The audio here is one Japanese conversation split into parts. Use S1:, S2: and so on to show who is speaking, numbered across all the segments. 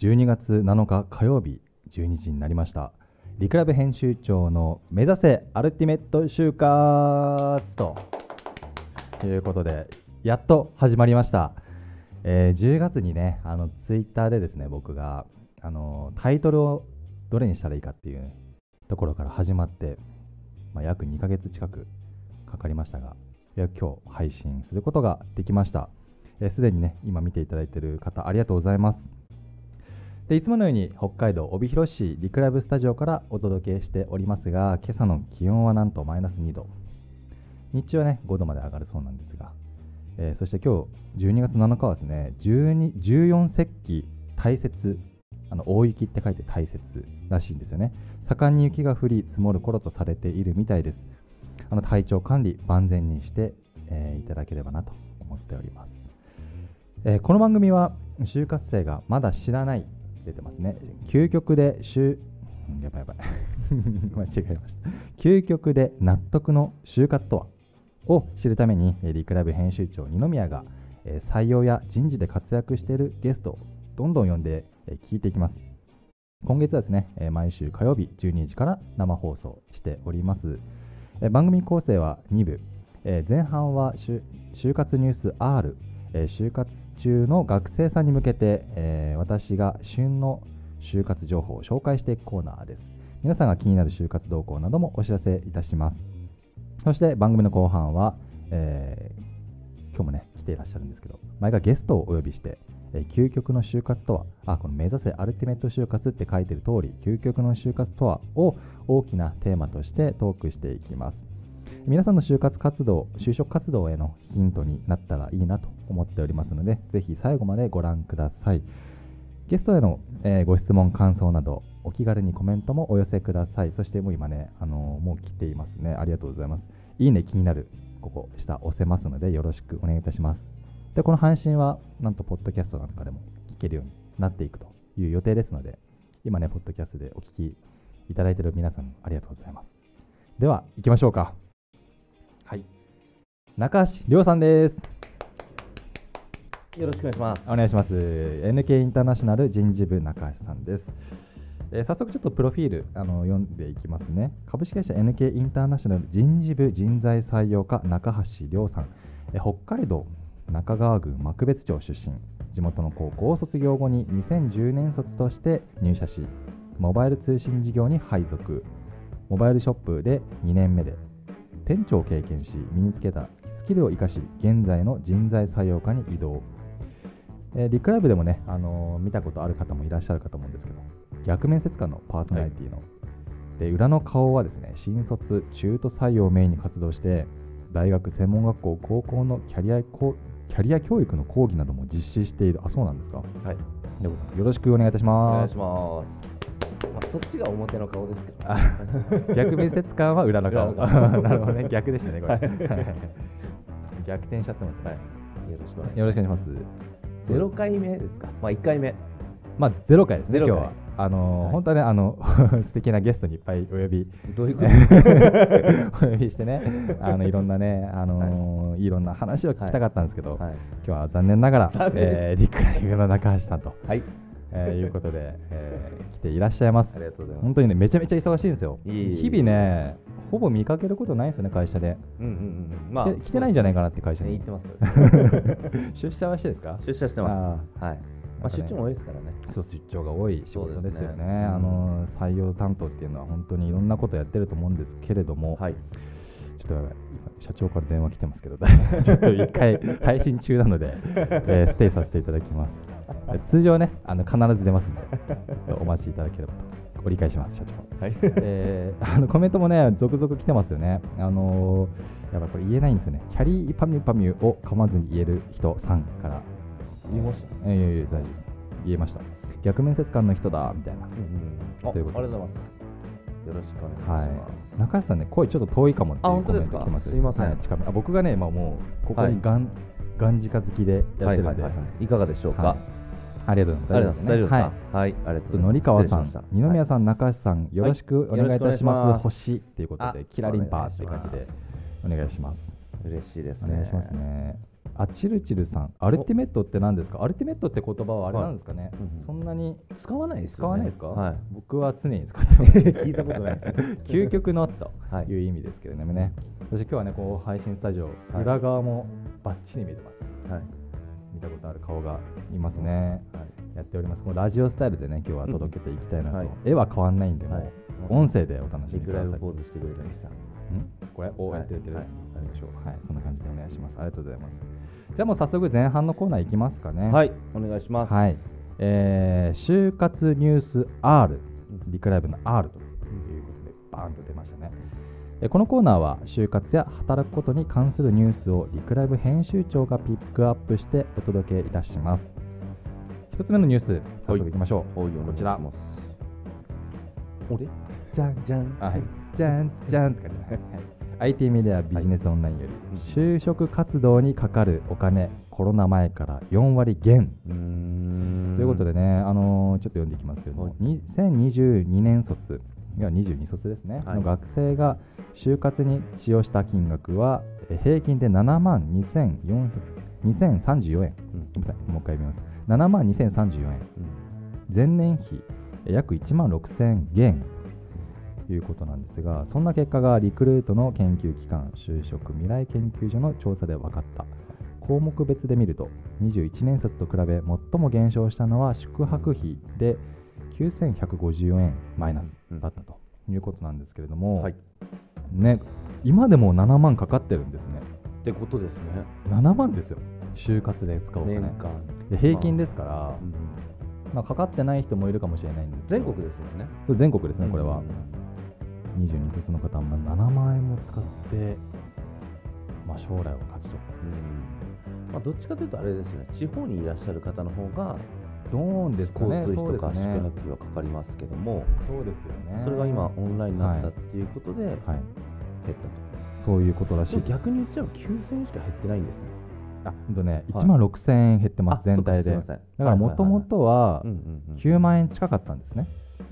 S1: 12月7日火曜日12時になりましたリクラブ編集長の目指せアルティメット就活ということでやっと始まりました、えー10月にねあのツイッターでですね僕があのタイトルをどれにしたらいいかっていうところから始まって、まあ、約2ヶ月近くかかりましたがようやく今日配信することができましたえーすで、にね今見ていただいている方ありがとうございますでいつものように北海道帯広市リクライブスタジオからお届けしておりますが今朝の気温はなんとマイナス2度日中はね5度まで上がるそうなんですが、えーそして今日12月7日はですね12 14節気大雪あの大雪って書いて大雪らしいんですよね盛んに雪が降り積もる頃とされているみたいですあの体調管理万全にして、えーいただければなと思っております、えーこの番組は就活生がまだ知らない出てますね究極で就うんやばいやばい 間違えました究極で納得の就活とはを知るためにえーリクライブ編集長二宮がえー採用や人事で活躍しているゲストをどんどん呼んでえー聞いていきます今月はですねえー毎週火曜日12時から生放送しておりますえー番組構成は2部、えー前半は就就活ニュース R、えー就活中の学生さんに向けて、えー私が旬の就活情報を紹介していくコーナーです皆さんが気になる就活動向などもお知らせいたしますそして番組の後半は、えー今日もね来ていらっしゃるんですけど毎回ゲストをお呼びして、えー究極の就活とはあこの目指せアルティメット就活って書いてる通り究極の就活とはを大きなテーマとしてトークしていきます皆さんの就活活動就職活動へのヒントになったらいいなと思っておりますのでぜひ最後までご覧くださいゲストへの、えーご質問感想などお気軽にコメントもお寄せくださいそしてもう今ね、あのーもう来ていますねありがとうございますいいね気になるここ下押せますのでよろしくお願いいたしますでこの配信はなんとポッドキャストなんかでも聞けるようになっていくという予定ですので今ねポッドキャストでお聞きいただいている皆さんありがとうございますでは行きましょうかはい中橋亮さんです
S2: よろしくお願いします。
S1: お願いします。NK インターナショナル人事部中橋さんです。えー早速ちょっとプロフィールあの読んでいきますね。株式会社 NK インターナショナル人事部人材採用課中橋亮さん、えー北海道中川郡幕別町出身。地元の高校を卒業後に2010年卒として入社し、モバイル通信事業に配属。モバイルショップで2年目で店長を経験し身につけたスキルを生かし現在の人材採用課に移動えーリクライブでもね、あのー見たことある方もいらっしゃるかと思うんですけど、逆面接官のパーソナリティの、で裏の顔はですね、新卒、中途採用をメインに活動して、大学、専門学校、高校のキャリアこうキャリア教育の講義なども実施している、あ、そうなんですか。
S2: はい。
S1: でよろしくお願いいたし
S2: お
S1: ま
S2: 願い
S1: す。
S2: します。まあ、そっちが表の顔ですけど。
S1: あ 逆面接官は裏の顔。
S2: 裏 の顔
S1: なるほどね、逆でしたね、これ。
S2: はい
S1: はい 逆転しちゃってますね。
S2: よろしくお願いします。
S1: よろしくお願いします。
S2: ゼロ回目ですか。まあ、一回目。
S1: まあ、ゼロ回ですね、
S2: ゼ
S1: 今
S2: ロ
S1: 日
S2: 回
S1: は。あのー
S2: はい
S1: 本当はね、あの 素敵なゲストにいっぱいお呼び、
S2: どういう
S1: お
S2: ことですか。
S1: 呼びしてね、あのいろんなね、あのーい、ろんな話を聞きたかったんですけど、
S2: はい。
S1: 今日は残念ながら
S2: 残、念です
S1: えー、リクライブの中橋さんと、
S2: はい。
S1: えーいうことで、えー来ていらっしゃいます
S2: あり。がとうございます。
S1: 本当にね、めちゃめちゃ忙しいんですよ。
S2: いえいえいえ
S1: 日々ね、ほぼ見かけることないんですよね、会社で。
S2: うんうんうん。まあ
S1: 来て、来てないんじゃないかなって会社
S2: ね
S1: に
S2: 行っ。て ます。
S1: 出社はしてですか
S2: 出社してます。はい。
S1: なん
S2: まあ、
S1: か
S2: 出
S1: ね
S2: 張も多いですからね。
S1: そう出張が多い仕事ですよ
S2: そう
S1: ね
S2: ですね
S1: あの採用担当っていうのは本当にいろんなことやってると思うんですけれども、
S2: はい。
S1: ちょっとやばい社長から電話来てますけど ちょっと一回配信中なので、えーステイさせていただきますえ通常はねあの必ず出ますんでちょっとお待ちいただければと折り返します社長
S2: はい。
S1: えーあのコメントもね、続々来てますよね。あのーやっぱこれ言えないんですよね。キャリーパミュパミュを噛まずに言える人さんから。
S2: 言いました
S1: えーいやいや、大丈夫です。言えました。逆面接官の人だ、みたいな
S2: う。んうん。あ、あ
S1: とい
S2: り
S1: うこ
S2: が
S1: ととで
S2: うございます。よろしくお願いしま
S1: はい、中橋さんね、声ちょっと遠いかもってい
S2: あ
S1: う
S2: 本当ですか
S1: コメント来てます
S2: すいません
S1: はい近めあ僕がね、まあ、もうここにがん、がんじか好きで
S2: す。
S1: やってるんで、
S2: はいはいはいはい。いかがでしょう
S1: は
S2: か
S1: い。ありがとうござ
S2: あ
S1: い
S2: り
S1: ま。
S2: がとうございますす。大丈夫です
S1: はい
S2: か。はい。ありがとうございます。
S1: のりかわさ
S2: 失
S1: ん
S2: 礼し、ま
S1: 二
S2: した
S1: 宮さん、中橋さん、よろしくお願いいたします。
S2: はいよろしくお願いします
S1: 星っていうこと
S2: あ
S1: で、キラリンパーっていう感じ
S2: お願
S1: で
S2: いします
S1: お願いします。
S2: 嬉しいです
S1: お
S2: ね。
S1: 願いしますね。あちるちるさん、アルティメットって何ですかアルティメットって言葉はあれなんですかね、
S2: うんうん
S1: そんなに
S2: 使わないですよね
S1: 使わないですか、
S2: はい
S1: 僕は常に使ってます
S2: 聞いたことないです
S1: 究極のと
S2: はい
S1: いう意味ですけれどもね、そして今日はねこう配信スタジオ、
S2: はい
S1: 裏側もバッチリ見えてます
S2: はい
S1: 見たことある顔がいますね、
S2: はい
S1: やっておりますこのラジオスタイルでね今日は届けていきたいなと、
S2: うんはい
S1: 絵は変わんないんでもう、
S2: はい
S1: 音声でお楽しみ
S2: リ
S1: く
S2: ク
S1: ださ
S2: ライ
S1: い
S2: ブポーズしてくれたりした
S1: んこれお
S2: はい
S1: やってるやってる、
S2: はい
S1: あれでしょうはいそんな感じでお願いしますありがとうございますじゃあもう早速前半のコーナーいきますかね
S2: はいお願いします
S1: はい、えー就活ニュース R、リクライブの R ということで、バーンと出ましたね。えーこのコーナーは、就活や働くことに関するニュースをリクライブ編集長がピックアップしてお届けいたします。一つ目のニュース、早速いきましょう。
S2: おいお願いします
S1: こちら、
S2: 俺
S1: じゃん
S2: じゃん
S1: あはい、じゃんじゃんって感じだね IT メディアビジネスオンラインより、就職活動にかかるお金、コロナ前から4割減
S2: うーん
S1: ということでね、あのーちょっと読んでいきますけども、
S2: はい
S1: 2022年卒、いや22卒ですね、
S2: はい
S1: の学生が就活に使用した金額は、え平均で7万2400 2034円、
S2: うん
S1: ごめんなさい、もう一回読みます、7万2034円、
S2: うん
S1: 前年比え約1万6000減ということなんですが、そんな結果がリクルートの研究機関、就職未来研究所の調査で分かった。項目別で見ると、21年卒と比べ最も減少したのは宿泊費で9154円マイナスだったということなんですけれども、
S2: はいっ
S1: ね、今でも7万かかってるんですね。
S2: てことですね
S1: 7万ですよ、就活で使うお金
S2: 年。間
S1: で平均ですから、
S2: うん
S1: まあ、かかってない人もいるかもしれないんですけど
S2: 全国ですもんね
S1: そう全国ですね、これは。
S2: うん
S1: 22卒の方はまあ7万円も使って、まあ、将来を勝ち取った。
S2: うんまあどっちかというとあれですね地方にいらっしゃる方の方が
S1: ドーンですか
S2: 交
S1: ね、
S2: 通費とか
S1: そうです
S2: 宿
S1: ね
S2: 泊費はかかりますけども
S1: そうですよね。
S2: それが今
S1: は
S2: オンラインになったっていうことで減っ
S1: い、
S2: たと
S1: そういうことらしい
S2: でも
S1: です。
S2: 逆に言っちゃう9000円しか減ってないんですね
S1: あほんとね、
S2: はい
S1: 1万6000円減って
S2: あ
S1: ます、全体で。
S2: そう
S1: だ
S2: かすいません
S1: からもともとは
S2: はいはいはいうんうんうん
S1: 9万円近かったんですね。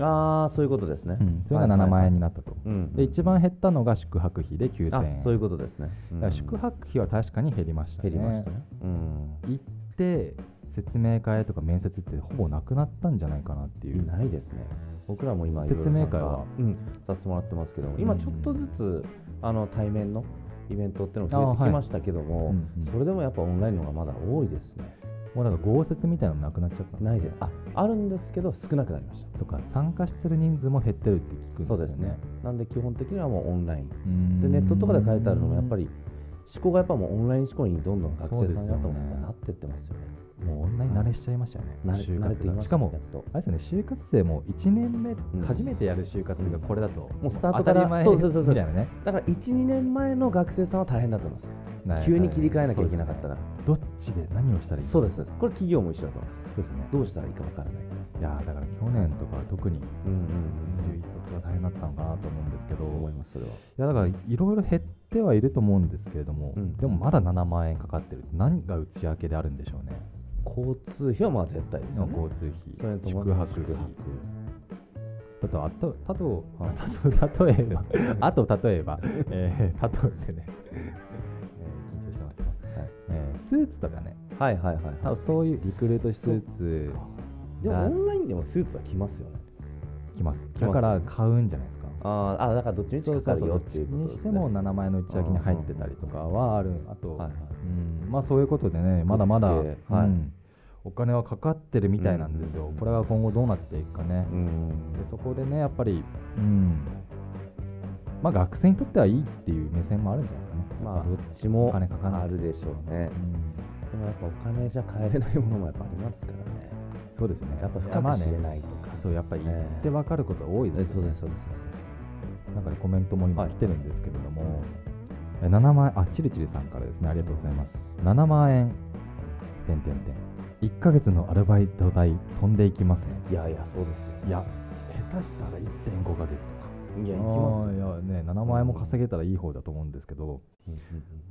S2: ああそういうことですね、
S1: うんそれが7万円になったと。
S2: はいはいはい
S1: で、一番減ったのが宿泊費で
S2: うん
S1: 9000円。
S2: あそういうことですね、うん
S1: だから宿泊費は確かに減りましたね。
S2: 減りましたねうん
S1: 行って、説明会とか面接ってほぼなくなったんじゃないかなっていう。
S2: いないですね僕らも今いろいろ
S1: 説明会は
S2: 参加うん、させてもらってますけども今ちょっとずつあの対面のイベントっていうのが増えてきましたけども、
S1: あはいうんうん
S2: それでもやっぱオンラインの方がまだ多いですね
S1: もうなんか豪雪みたいなのなくなっちゃったん
S2: ないですすああるんですけど少なくなりました
S1: そっか参加してる人数も減ってるって聞くんです
S2: そ
S1: よね
S2: うですねなんで基本的にはもうオンライン
S1: うん
S2: でネットとかで書いてあるのもやっぱり思考がやっぱもうオンライン思考にどんどん学生さんがと
S1: そうですよね
S2: なってってますよね
S1: もうオンライン慣れしちゃいましたよね、
S2: 慣れ
S1: 就
S2: 慣れ
S1: 活
S2: てい
S1: が
S2: ます
S1: しかも
S2: やっと
S1: あれですよね就活生も1年目、
S2: ん
S1: 初めてやる就活がこれだと、
S2: もうスタートか
S1: 当
S2: ら
S1: たり前
S2: そうそうそうそ
S1: み
S2: う
S1: たいなね
S2: だから12年前の学生さんは大変だと思いま
S1: な
S2: す急に切り替えなきゃいけなかったから
S1: どっちで何をしたらいい
S2: そうですすそうですこれ企業も一緒だと思います
S1: そうですね
S2: どうしたらいいかわからない、
S1: いやーだから去年とかは特に
S2: うんうん
S1: 21卒は大変だったのかなと思うんですけど、
S2: 思い
S1: い
S2: ますそれは
S1: やだからいろいろ減ってはいると思うんですけれども、
S2: うん
S1: でもまだ7万円かかってる何が内訳であるんでしょうね
S2: 交通費はまあ絶対ですよね
S1: 交通
S2: それ
S1: 費、
S2: に伴
S1: 宿
S2: う
S1: 泊
S2: 宿
S1: 費
S2: 泊、
S1: あと、あと、たと、
S2: はい
S1: あと、例え ば、あと、例えば、えー、例えてね、えー緊張してますよ、えースーツとかね、
S2: はいはいはいはい
S1: 多分そういうリクルートスーツ
S2: でもオンラインでもスーツは着ますよね
S1: 来ます。
S2: 来ます
S1: だから買うんじゃないですか。
S2: あーあだからどっちみちかかるよっていうこと
S1: に
S2: です、ね、
S1: しても7万円の内訳に入ってたりとかはある、あと、
S2: はいはい
S1: うんまあ、そういうことでね、まだまだ、
S2: ぶっつけはい
S1: うんお金はかかってるみたいなんですよ、
S2: うん
S1: これが今後どうなっていくかね。
S2: うん
S1: でそこでねやっぱり、うんまあ、学生にとってはいいっていう目線もあるんじゃないですかね。
S2: まあど
S1: や
S2: っ
S1: っぱ
S2: ちも
S1: お金かかんない
S2: あるでしょうね
S1: うん
S2: でもやっぱお金じゃ買えれないものもやっぱありますからね
S1: そうですよね。
S2: やっぱ
S1: い
S2: 深
S1: ま
S2: く
S1: あ
S2: 知れ
S1: ね、
S2: ないとか、
S1: そうやっぱり
S2: え
S1: 言
S2: え
S1: って分かること多いですよね、
S2: そうです
S1: なんかねコメントも今
S2: はい
S1: 来てるんですけれども、え7万円あちりちりさんからですねありがとうございます。7万円点点点一ヶ月のアルバイト代飛んでいきますね。
S2: いやいやそうですよ
S1: いや下手したら1.5ヶ月とか。
S2: いや
S1: あ
S2: 行きます
S1: ー
S2: よ
S1: いやね7万円も稼げたらいい方だと思うんですけど。
S2: うんうん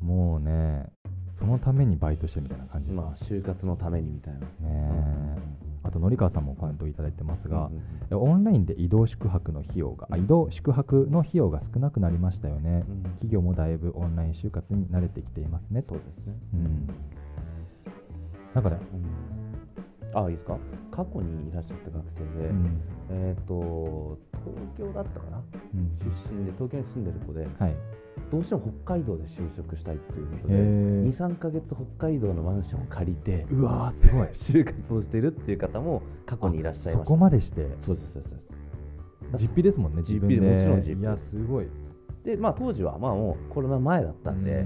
S2: うん
S1: もうね、そのためにバイトしてみたいな感じですか
S2: まあ就活のためにみたいな
S1: ねえあと、紀川さんもコメントいただいてますが
S2: うんうん、
S1: えオンラインで移動宿泊の費用が、あ
S2: うん
S1: 移動宿泊の費用が少なくなりましたよね、
S2: うん
S1: 企業もだいぶオンライン就活に慣れてきていますねと
S2: そうですね
S1: うん、だから、
S2: うんあいいですか過去にいらっしゃった学生で、
S1: うん
S2: えっ、と東京だったかな
S1: うん
S2: 出身で東京に住んでる子で
S1: はい、
S2: どうしても北海道で就職したいっていうこ
S1: え
S2: とで、
S1: ー
S2: 23か月北海道のマンションを借りて
S1: うわーす ごい
S2: 就活をしてるっていう方も過去にいらっしゃい
S1: そ
S2: ました
S1: こまでして
S2: そうですそうですそうです
S1: 実費ですもんね自
S2: 実
S1: 分
S2: 費
S1: で
S2: もちろん実費
S1: いやすごい
S2: でまあ当時はまあもうコロナ前だったんで、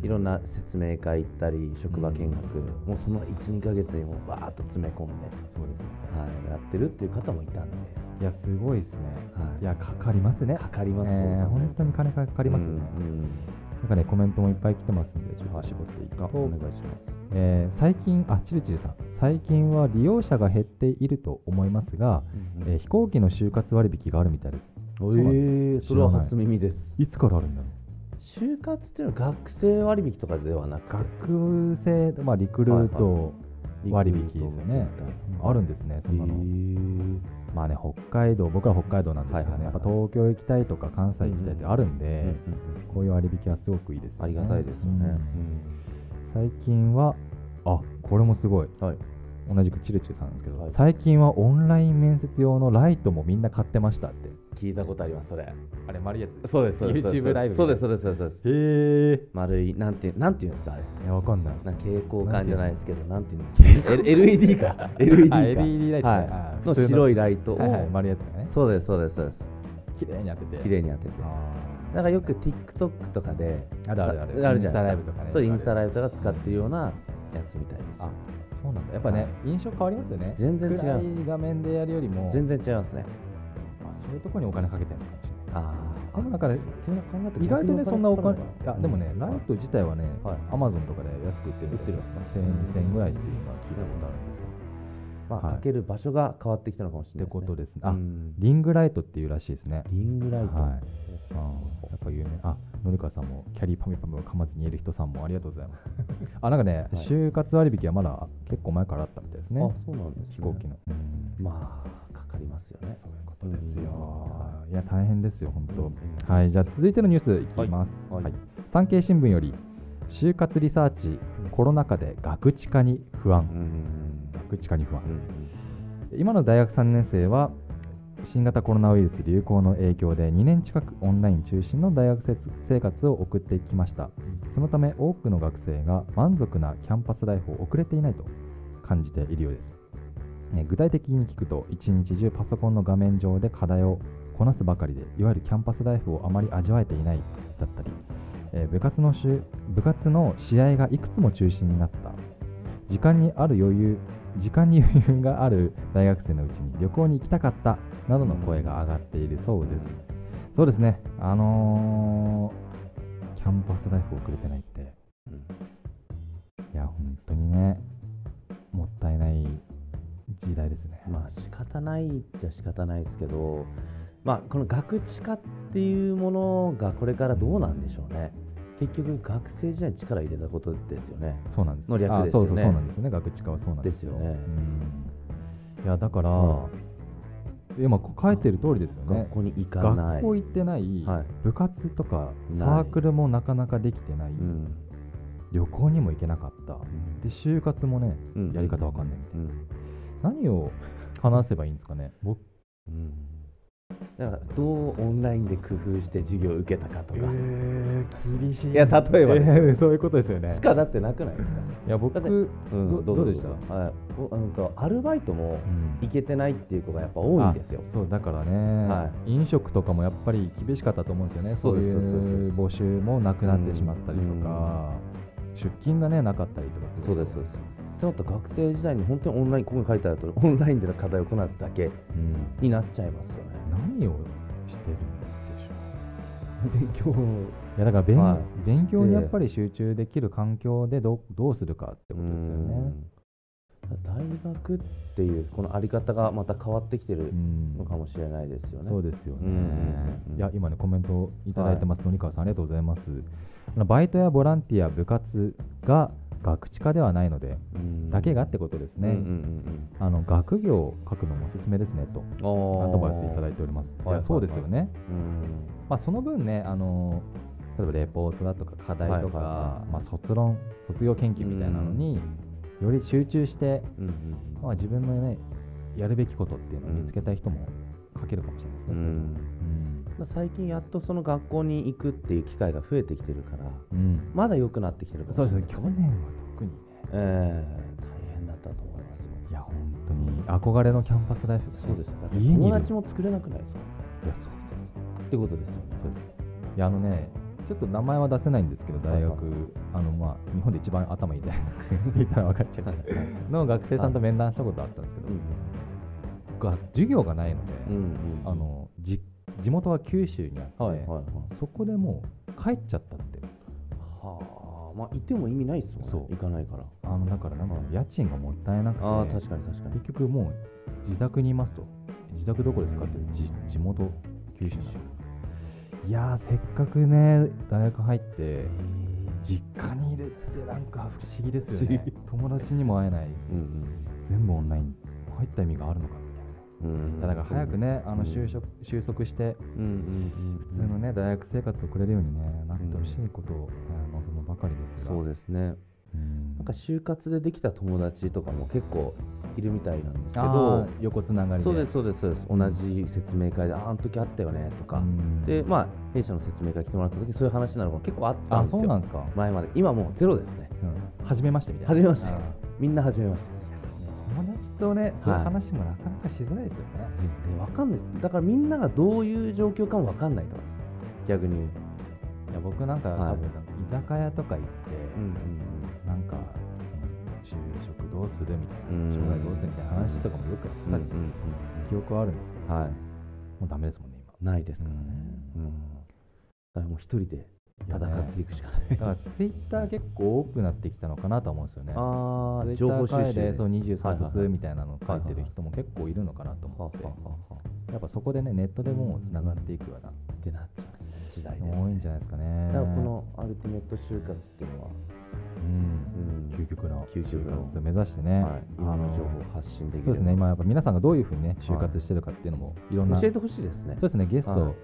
S2: いろ
S1: ん
S2: んな説明会行ったり職場見学、もうその12か月にもうバーッと詰め込んで、
S1: そうですよね
S2: はい、やってるっていう方もいたんで、
S1: いやすごいですね
S2: はい
S1: いやかかりますね
S2: かかります
S1: えー本当に金かか
S2: あ
S1: りますよね、なんかねコメントもいっぱい来てますんでちょっと絞っていくと、
S2: あお願いします
S1: えー最近あちるちるさん最近は利用者が減っていると思いますが、えー飛行機の就活割引があるみたいですそうなんだ
S2: えー、それは初耳です
S1: いつからあるんだろ
S2: 就活っていうのは学生割引とかではなくて
S1: う学生、まあ、リクルート割引ですよね、あるんですね
S2: え
S1: そんなの、
S2: ー
S1: まあね北海道僕ら北海道なんですけどね、
S2: はいはいはい
S1: やっぱ東京行きたいとか関西行きたいってあるんで、
S2: うんうん
S1: こういう割引はすごくいいですよね
S2: ありがたいですよ
S1: う
S2: ね
S1: ん、最近はあこれもすごい
S2: はい
S1: 同じくチルチルさんなんですけど、
S2: はい
S1: 最近はオンライン面接用のライトもみんな買ってましたって
S2: 聞いたことありますそれ
S1: あれ丸いやつ
S2: そうですそうです
S1: YouTube ライブ
S2: そうですそうですそうですそうです
S1: へえ
S2: 丸いなんてなんていうんですかあれ
S1: いやわかんない
S2: なんか蛍光管じゃないですけどなんていうんで すか L- LED か LED
S1: あ
S2: か
S1: LED ライトねあ
S2: はい
S1: 普
S2: の
S1: 通の
S2: 白いライトを
S1: はいはい丸いやつだね
S2: そうですそうですそうです
S1: 綺麗に当てて
S2: 綺麗に当てて
S1: あ
S2: なんかよく TikTok とかで
S1: ーあるあるある
S2: あるじゃ
S1: インスタラ
S2: ない
S1: イ
S2: で
S1: ブ
S2: す
S1: とかね
S2: そうインスタライブとか使ってるようなやつみたいです
S1: あそうなんだやっぱね、
S2: はい
S1: 印象変わりますよね
S2: 全然違います
S1: 暗い画面でやるよりも
S2: 全然違いますね
S1: あそういうところにお金かけてるのかもしれない
S2: あ
S1: でもなんかね
S2: てな考え
S1: 意外とねそんなお金いやでもね、
S2: ラ
S1: ラ
S2: イ
S1: イト自体はね
S2: はい
S1: アマゾンとかで安く売ってるみたいですよ1000円2000円ぐらいっていうのは聞いたことあるんですよ
S2: まあ
S1: はい
S2: かける場所が変わってきたのかもしれない
S1: ってこと
S2: で
S1: ですね
S2: すね
S1: あ
S2: うん
S1: リングライトっていうらしいですね
S2: リングライト
S1: はいあーやっぱ有名あのりかさんもキャリーパミュパミを噛まずに言える人さんもありがとうございます あなんかね、
S2: はい
S1: 就活割引はまだ結構前からあったみたいですね
S2: あそうなんですね
S1: 飛行機の、うん
S2: まあかかりますよね
S1: そういうこ
S2: とですよ
S1: いや大変ですよ本
S2: うん
S1: 当。はいじゃあ続いてのニュースいきます。は
S2: はいい。
S1: 産経新聞より就活リサーチコロナ禍でガクチカに不
S2: う
S1: 安。
S2: ん
S1: ガクチカに不
S2: う
S1: 安。
S2: ん
S1: 今の大学3年生は新型コロナウイルス流行の影響で2年近くオンライン中心の大学生生活を送ってきましたそのため多くの学生が満足なキャンパスライフを送れていないと感じているようですえー具体的に聞くと一日中パソコンの画面上で課題をこなすばかりでいわゆるキャンパスライフをあまり味わえていないだったりえー部活のしゅ部活の試合がいくつも中止になった時間にある余裕時間に余裕がある大学生のうちに旅行に行きたかったなどの声が上がっているそうですそうですねあのーキャンパスライフを送れてないってい
S2: うん
S1: や本当にねもったいない時代ですね
S2: まあ仕方ないっちゃ仕方ないですけど、まあ、この学知化っていうものがこれからどうなんでしょうね結局学生時代に力入れたことですよね
S1: そうなんです
S2: の略
S1: あ
S2: ですよね
S1: そうそうそうなんですよね。学知化はそうなんですよ。
S2: ですよね
S1: うんいやだから、今こう書いてる通りですよね
S2: 学。校に行かない
S1: 学校行ってない、
S2: はい
S1: 部活とか
S2: ない
S1: サークルもなかなかできてない、
S2: うん
S1: 旅行にも行けなかった。で就活もね、
S2: うん
S1: やり方わかんないみたい
S2: うん
S1: な。何を話せばいいんですかね。僕
S2: うんだからどうオンラインで工夫して授業を受けたかとか、
S1: 厳し
S2: いや例えばですよ
S1: そういうことですよね。
S2: しかだってなくないですか、
S1: いや僕、
S2: だって
S1: どどうでした？う
S2: はい、おなんかアルバイトも
S1: ん
S2: 行けてないっていう子がやっぱ多いんですよ
S1: あそうだからね、
S2: は
S1: 飲食とかもやっぱり厳しかったと思うんですよね、そ
S2: そう
S1: い
S2: うです
S1: う募集もなくなってしまったりとか、出勤がねなかったりとかす
S2: そ
S1: る
S2: う
S1: と
S2: ですそうです。ってなったら学生時代に本当にオンラインここに書いてあるとオンラインでの課題をこなすだけ
S1: うん
S2: になっちゃいますよね。
S1: 何をしてるんでしょう
S2: 勉強
S1: いやだから勉,、
S2: はい
S1: 勉強にやっぱり集中できる環境でどうどうするかってことですよね。
S2: ね。大学っていうこのあり方がまた変わってきてる
S1: うん
S2: のかもしれないですよね。
S1: そうですよね、
S2: うんうんうん
S1: いや今ねコメントをいただいてます、野川さんありがとうございますあのバイトやボランティア部活がガクチカではないので
S2: うん
S1: だけがってことですね、
S2: うんうんうん
S1: あの学業を書くのもおすすめですねと
S2: うんおー
S1: アドバイスいただいておりますい
S2: はいはい
S1: や
S2: はい
S1: そうですよね、
S2: うん
S1: まあ、その分ねあの例えばレポートだとか課題とか、
S2: はいはいは
S1: まあ、卒論卒業研究みたいなのにより集中して、
S2: うん
S1: まあ、自分のねやるべきことっていうのを見つけたい人も書けるかもしれないです
S2: う
S1: ね、
S2: んうんまあ最近やっとその学校に行くっていう機会が増えてきてるから
S1: それうんうん
S2: まだ良くなってきてるかもし
S1: そう
S2: れ
S1: です
S2: ない
S1: ね、去年は特にね、
S2: ええ大変だったと思いますよ
S1: いや、本当に憧れのキャンパスライフ、
S2: そうですねだって
S1: 家にいる
S2: 友達も作れなくないですか
S1: いや、そうそう
S2: ってことですよね
S1: そう、そうです。いや、あのね、ちょっと名前は出せないんですけど、大
S2: は
S1: 学、あの、まあ、日本で一番頭いい大学言ったら分かっちゃうけどの学生さんと面談したことあったんですけど、が授業がないので、
S2: うんうん
S1: あのじ地元は九州にあって、
S2: はいはいはい
S1: そこでもう帰っちゃったって、
S2: はあまあいても意味ないですもんね
S1: そう
S2: 行かないから
S1: あのだからなんか家賃がもったいなくて、
S2: ああ確かに確かに
S1: 結局もう自宅にいますと自宅どこですかってじ地元九州なんですいやーせっかくね大学入って実家にいるってなんか不思議ですよね
S2: 不
S1: 友達にも会えない
S2: うん
S1: 全部オンライン入った意味があるのかみたい
S2: うんうん
S1: なだから早くねあの就職収束して
S2: うんうんうん
S1: 普通のね大学生活をくれるようにねなってほしいことをあの望むばかりですが
S2: そうですね
S1: うん
S2: なんか就活でできた友達とかも結構いるみたいなんですけ
S1: あ
S2: ど
S1: ー横つながりで
S2: そうですそうですそうです同じ説明会でああの時あったよねとか
S1: うん
S2: でまあ弊社の説明会来てもらった時にそういう話になるのが結構あったん
S1: あ
S2: です
S1: そうな
S2: よ
S1: んですか
S2: 前まで今もうゼロですね
S1: うん初めましてみたいな
S2: 初めまして
S1: あー
S2: みんな始めました
S1: 友達とね、そういう
S2: はい
S1: 話もなかなかしづらいですよね。
S2: でわかんないですだからみんながどういう状況かもわかんないと思います逆に言う
S1: い、や僕なんか、
S2: はい
S1: 多分居酒屋とか行って、
S2: うん
S1: なんかその就職どうするみたい
S2: うん
S1: な、将来どうするみたいな話とかもよくやって
S2: うんう
S1: た
S2: ん
S1: り、記憶はあるんですけど、
S2: は
S1: もうダメですもんね
S2: いないですからね
S1: う
S2: うんだからもう一人で
S1: 今。
S2: 戦っていくしかない
S1: だからツイッター結構多くなってきたのかなとは思うんですよね。
S2: あ
S1: ツイ
S2: 情報
S1: ッター
S2: 収
S1: 界
S2: 集
S1: でそう
S2: はい
S1: 23
S2: はいはい
S1: 卒みたいなの書いてる人も結構いるのかなと思
S2: は
S1: って、
S2: ははは
S1: やっぱそこでねネットでもうつながっていくような
S2: ってなっちゃうんですね時代です
S1: 多いんじゃないですかね。
S2: だからこのアルティメット就活っていうのは、
S1: うん
S2: うん
S1: 究極の
S2: 究極の
S1: 就活を目指してね、
S2: はい、いろんな情報を
S1: あの
S2: 発信できる
S1: そうですね、今やっぱ皆さんがどういうふうにね、就活してるかっていうのも、いろんな、
S2: 教え
S1: そう
S2: てほしいですね
S1: ですね、ゲス
S2: は
S1: ト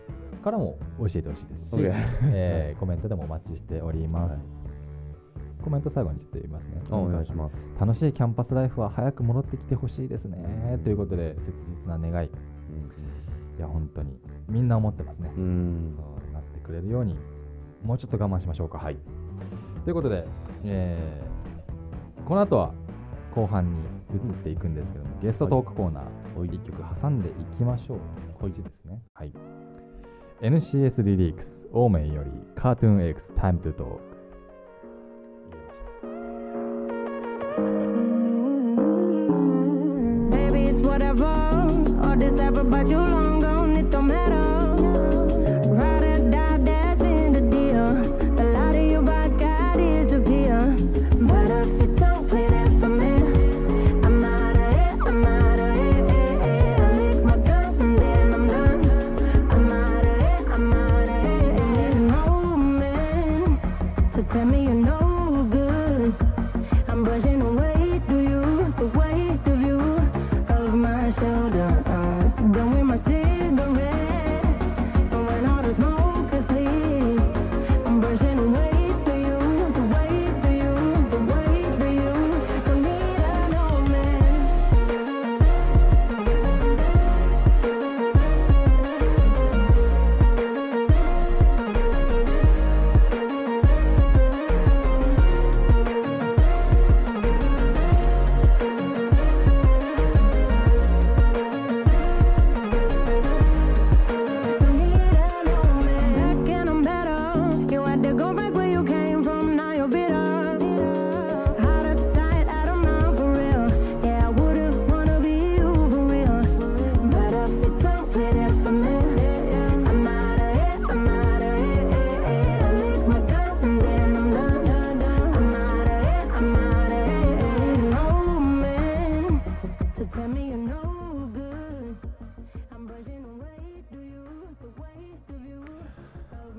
S1: からも教えてほしいですし
S2: OK、
S1: えーコメントでもお待ちしております。
S2: はい
S1: コメント最後にちょっと言いますね。
S2: あお願いします
S1: 楽しいキャンパスライフは早く戻ってきてほしいです
S2: う
S1: ね
S2: ん。
S1: ということで、切実な願い、いや、本当に、みんな思ってますね。
S2: うん、うん
S1: そうなってくれるようにもうちょっと我慢しましょうか。はい、ということで、えーこの後は後半に移っていくんですけども、ゲストトークコーナーを1曲挟んでいきましょう。こいつですね。はい、NCS リリークス、オーメンよりカートゥーン X、タイムトゥトーク。入れました
S3: Baby, it's what I want. All this ever about you long gone, it don't matter. Ride or die, that's been the deal. A lot of you I got is appeal. But if you don't play that for me, I'm out of it, I'm out of it. eh, I lick my gun and then I'm done. I'm out of it, I'm out of it. Ain't eh. no man to tell me you're no good. I'm brushing away through you, the weight of you, of my shoulder. Uh, so done with my cigarette.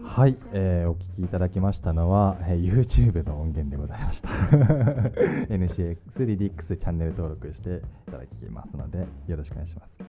S1: はい、えーお聞きいただきましたのは、えー YouTube の音源でございました。NCX リリックスチャンネル登録していただきますのでよろしくお願いします。